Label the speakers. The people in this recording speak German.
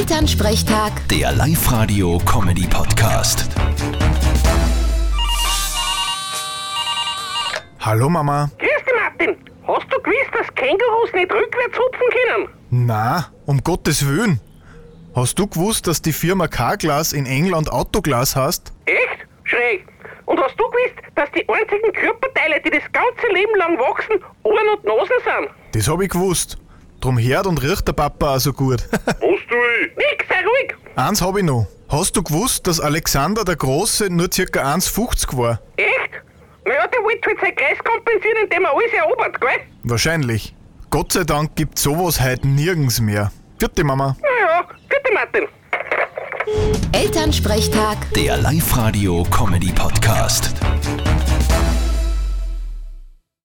Speaker 1: Elternsprechtag,
Speaker 2: Der Live-Radio-Comedy-Podcast.
Speaker 3: Hallo Mama.
Speaker 4: Grüß dich, Martin. Hast du gewusst, dass Kängurus nicht rückwärts hupfen können?
Speaker 3: Na, um Gottes Willen. Hast du gewusst, dass die Firma Carglass in England Autoglas heißt?
Speaker 4: Echt? Schräg. Und hast du gewusst, dass die einzigen Körperteile, die das ganze Leben lang wachsen, Ohren und Nasen sind?
Speaker 3: Das hab ich gewusst. Drum hört und riecht der Papa auch so gut.
Speaker 4: Was du Nix, sei ruhig.
Speaker 3: Eins hab ich noch. Hast du gewusst, dass Alexander der Große nur ca. 1,50 war?
Speaker 4: Echt? Naja, der wollte halt sein Kreis kompensieren, indem er alles erobert, gell?
Speaker 3: Wahrscheinlich. Gott sei Dank gibt sowas heute nirgends mehr. Vierte Mama.
Speaker 4: Naja, bitte, Martin.
Speaker 1: Elternsprechtag.
Speaker 2: Der Live-Radio-Comedy-Podcast.